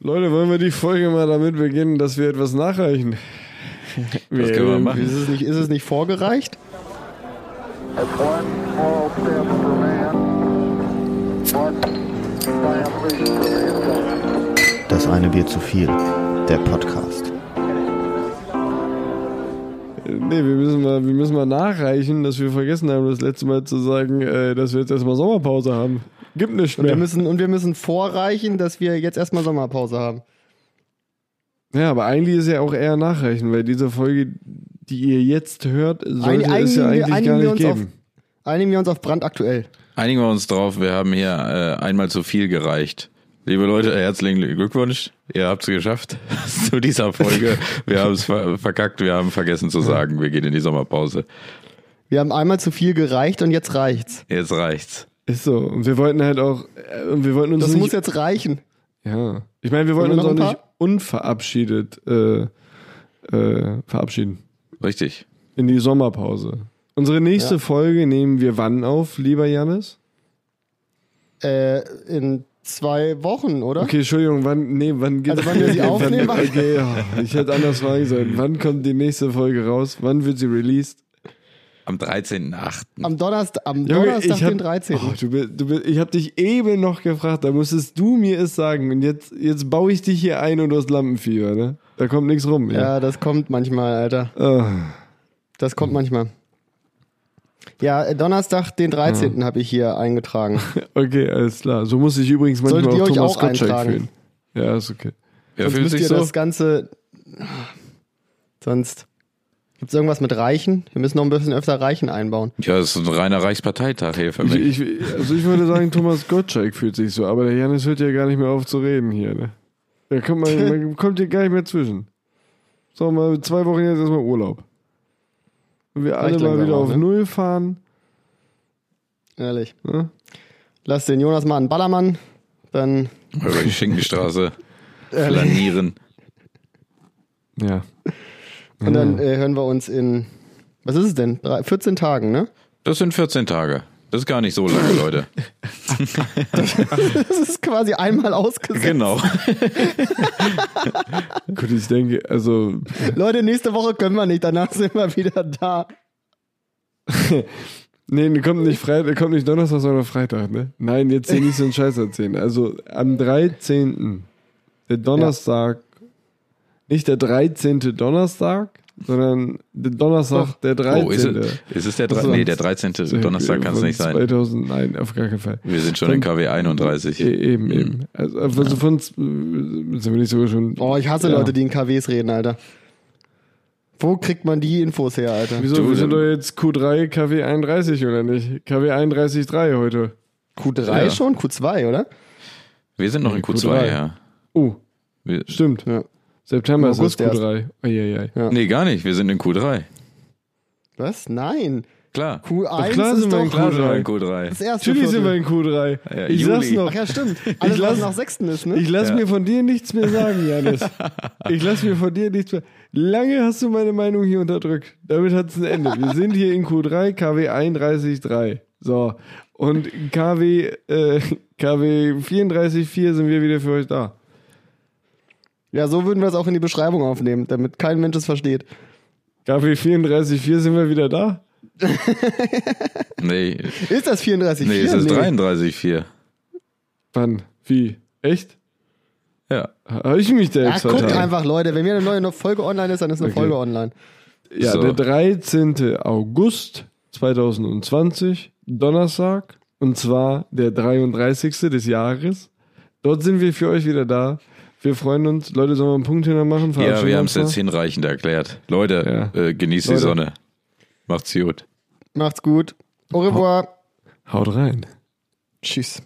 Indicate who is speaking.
Speaker 1: Leute, wollen wir die Folge mal damit beginnen, dass wir etwas nachreichen?
Speaker 2: Das können wir machen.
Speaker 3: Ähm, Ist es nicht, ist es nicht vorgereicht?
Speaker 4: That's one small step for man, one giant leap for mankind.
Speaker 5: Das eine Bier zu viel. Der Podcast.
Speaker 1: Äh, Nee, wir müssen, mal, wir müssen mal nachreichen, dass wir vergessen haben, das letzte Mal zu sagen, äh, dass wir jetzt erstmal Sommerpause haben. Gibt nichts
Speaker 3: Und wir,
Speaker 1: mehr.
Speaker 3: müssen, und wir müssen vorreichen, dass wir jetzt erstmal Sommerpause haben.
Speaker 1: Ja, aber eigentlich ist ja auch eher nachreichen, weil diese Folge, die ihr jetzt hört, sollte
Speaker 3: Ein-
Speaker 1: es ja eigentlich
Speaker 3: einigen wir-
Speaker 1: gar
Speaker 3: einigen wir
Speaker 1: nicht
Speaker 3: uns
Speaker 1: geben.
Speaker 3: Einigen wir uns auf brandaktuell.
Speaker 2: Einigen wir uns drauf, wir haben hier äh, einmal zu viel gereicht. Liebe Leute, herzlichen Glückwunsch. Ihr habt es geschafft zu dieser Folge. Wir haben es ver verkackt, wir haben vergessen zu sagen, wir gehen in die Sommerpause.
Speaker 3: Wir haben einmal zu viel gereicht und jetzt reicht's.
Speaker 2: Jetzt reicht's.
Speaker 1: Ist so. Und wir wollten halt auch, äh, und wir wollten uns
Speaker 3: Das
Speaker 1: nicht,
Speaker 3: muss jetzt reichen.
Speaker 1: ja. Ich meine, wir wollten
Speaker 3: Wollen
Speaker 1: uns auch
Speaker 3: wir noch ein
Speaker 1: nicht unverabschiedet äh, äh, verabschieden.
Speaker 2: Richtig.
Speaker 1: In die Sommerpause. Unsere nächste
Speaker 3: Ja.
Speaker 1: Folge nehmen wir wann auf, lieber Janis?
Speaker 3: Äh, in zwei Wochen, oder?
Speaker 1: Okay, Entschuldigung, wann, nee, wann gibt's
Speaker 3: Also wann wir sie aufnehmen?
Speaker 1: Wann, okay, ja, ich hätte anders fragen sollen. Wann kommt die nächste Folge raus? Wann wird sie released?
Speaker 2: Am 13.8.
Speaker 3: Am Donnerstag, am
Speaker 1: Junge,
Speaker 3: Donnerstag
Speaker 1: ich hab-
Speaker 3: den 13.
Speaker 1: Oh, du, bi- du, bi- ich habe dich eben noch gefragt, da musstest du mir es sagen. Und jetzt, jetzt baue ich dich hier ein und du hast Lampenfieber, ne? Da kommt nichts rum.
Speaker 3: Ja, das kommt manchmal, Alter.
Speaker 1: Ah,
Speaker 3: Das kommt manchmal. Ja, äh, Donnerstag, den 13. habe ich hier eingetragen.
Speaker 1: okay, alles klar. So muss ich übrigens manchmal
Speaker 3: Solltet ihr
Speaker 1: auch
Speaker 3: euch
Speaker 1: Thomas
Speaker 3: auch
Speaker 1: Gottschalk
Speaker 3: eintragen?
Speaker 1: fühlen. Ja, ist okay.
Speaker 2: Wer
Speaker 3: Sonst
Speaker 2: fühlt
Speaker 3: müsst
Speaker 2: sich
Speaker 3: ihr
Speaker 2: so?
Speaker 3: das Ganze. Sonst. Gibt's irgendwas mit Reichen? Wir müssen noch ein bisschen öfter Reichen einbauen.
Speaker 2: Ja, das ist ein reiner Reichsparteitag hier für mich.
Speaker 1: Ich, ich, also ich würde sagen, Thomas Gottschalk fühlt sich so, aber der Janis hört ja gar nicht mehr auf zu reden hier. Ne? Da kommt man, man kommt hier gar nicht mehr zwischen. So, mal zwei Wochen jetzt erstmal Urlaub. Und wir alle
Speaker 3: Reicht
Speaker 1: mal
Speaker 3: langsam
Speaker 1: wieder
Speaker 3: auch,
Speaker 1: auf
Speaker 3: ne?
Speaker 1: Null fahren.
Speaker 3: Ehrlich.
Speaker 1: Ne?
Speaker 3: Lass den Jonas mal einen Ballermann. Dann.
Speaker 2: Über die Schinkenstraße
Speaker 3: Äh.
Speaker 2: flanieren.
Speaker 1: Ja.
Speaker 3: Und dann äh, hören wir uns in. Was ist es denn? Drei, 14 Tagen, ne?
Speaker 2: Das sind 14 Tage. Das ist gar nicht so lange, Leute.
Speaker 3: Das ist quasi einmal ausgesetzt.
Speaker 2: Genau.
Speaker 1: Gut, ich denke, also
Speaker 3: Leute, nächste Woche können wir nicht. Danach sind wir wieder da.
Speaker 1: Nee, der kommt nicht Freitag, der kommt nicht Donnerstag, sondern Freitag, ne? Nein, jetzt hier nicht so einen Scheiß erzählen. Also am 13. Der Donnerstag, nicht der 13. Donnerstag, sondern der Donnerstag, der 13.
Speaker 2: Oh, ist es, ist es der, Dre-
Speaker 1: Also,
Speaker 2: nee, der 13. Donnerstag kann es
Speaker 1: Von
Speaker 2: nicht sein.
Speaker 1: 2000, nein, auf gar keinen Fall.
Speaker 2: Wir sind schon in KW
Speaker 3: Äh,
Speaker 1: E
Speaker 2: 31.
Speaker 1: eben, eben. Also, also von, sind wir nicht sogar schon.
Speaker 3: Oh, ich hasse
Speaker 1: Ja.
Speaker 3: Leute, die in KWs reden, Alter. Wo kriegt man die Infos her, Alter?
Speaker 1: Wieso,
Speaker 2: Du,
Speaker 1: wir sind
Speaker 2: dann-
Speaker 1: doch jetzt Q3 KW 31 oder nicht? KW 31.3 heute.
Speaker 3: Q3
Speaker 2: Ja.
Speaker 3: schon? Q2, oder?
Speaker 2: Wir sind noch in
Speaker 1: Q3.
Speaker 2: Q2, ja.
Speaker 1: Oh,
Speaker 2: Wir,
Speaker 1: stimmt.
Speaker 3: Ja.
Speaker 1: September ist das
Speaker 3: August erst.
Speaker 1: Q3. Eieiei.
Speaker 2: nee, gar nicht. Wir sind in Q3.
Speaker 3: Was? Nein.
Speaker 2: Klar.
Speaker 3: Q1
Speaker 1: klar
Speaker 3: ist
Speaker 1: sind wir in
Speaker 3: doch
Speaker 2: Klar sind wir in
Speaker 3: das
Speaker 2: Q3.
Speaker 3: erste
Speaker 1: Natürlich sind wir
Speaker 3: Viertel.
Speaker 1: in Q3.
Speaker 2: Ja,
Speaker 1: ich
Speaker 2: Juli.
Speaker 1: sag's noch.
Speaker 3: Ach ja, stimmt. Alles,
Speaker 1: lass-
Speaker 3: was nach sechsten ist, ne?
Speaker 1: Ich lass
Speaker 2: Ja.
Speaker 1: mir von dir nichts mehr sagen, Janis. Ich lass mir von dir nichts mehr. Lange hast du meine Meinung hier unterdrückt. Damit hat's ein Ende. Wir sind hier in Q3, KW 31.3. So. Und KW, äh, KW 34.4 sind wir wieder für euch da.
Speaker 3: ja, so würden wir es auch in die Beschreibung aufnehmen, damit kein Mensch es versteht.
Speaker 1: KW 34.4 sind wir wieder da.
Speaker 2: Nee,
Speaker 3: Ist das 34?
Speaker 2: nee es ist 33,4.
Speaker 1: Wann? Wie? Echt?
Speaker 2: Ja.
Speaker 1: Habe ich mich da
Speaker 3: Ja,
Speaker 1: jetzt
Speaker 3: guckt
Speaker 1: vertan?
Speaker 3: einfach, Leute. Wenn mir eine neue Folge online ist, dann ist eine
Speaker 1: Okay.
Speaker 3: Folge online.
Speaker 1: Ja,
Speaker 2: So.
Speaker 1: der 13. August 2020, Donnerstag, und zwar der 33. des Jahres. Dort sind wir für euch wieder da. Wir freuen uns. Leute, sollen wir einen Punkt hinter machen?
Speaker 2: Ja,
Speaker 1: Verabschieden
Speaker 2: wir haben
Speaker 1: uns
Speaker 2: es jetzt
Speaker 1: mal?
Speaker 2: hinreichend erklärt. Leute, äh, genießt die
Speaker 1: Leute.
Speaker 2: Sonne. Macht's gut.
Speaker 3: Macht's gut. Au revoir.
Speaker 1: Haut rein.
Speaker 3: Tschüss.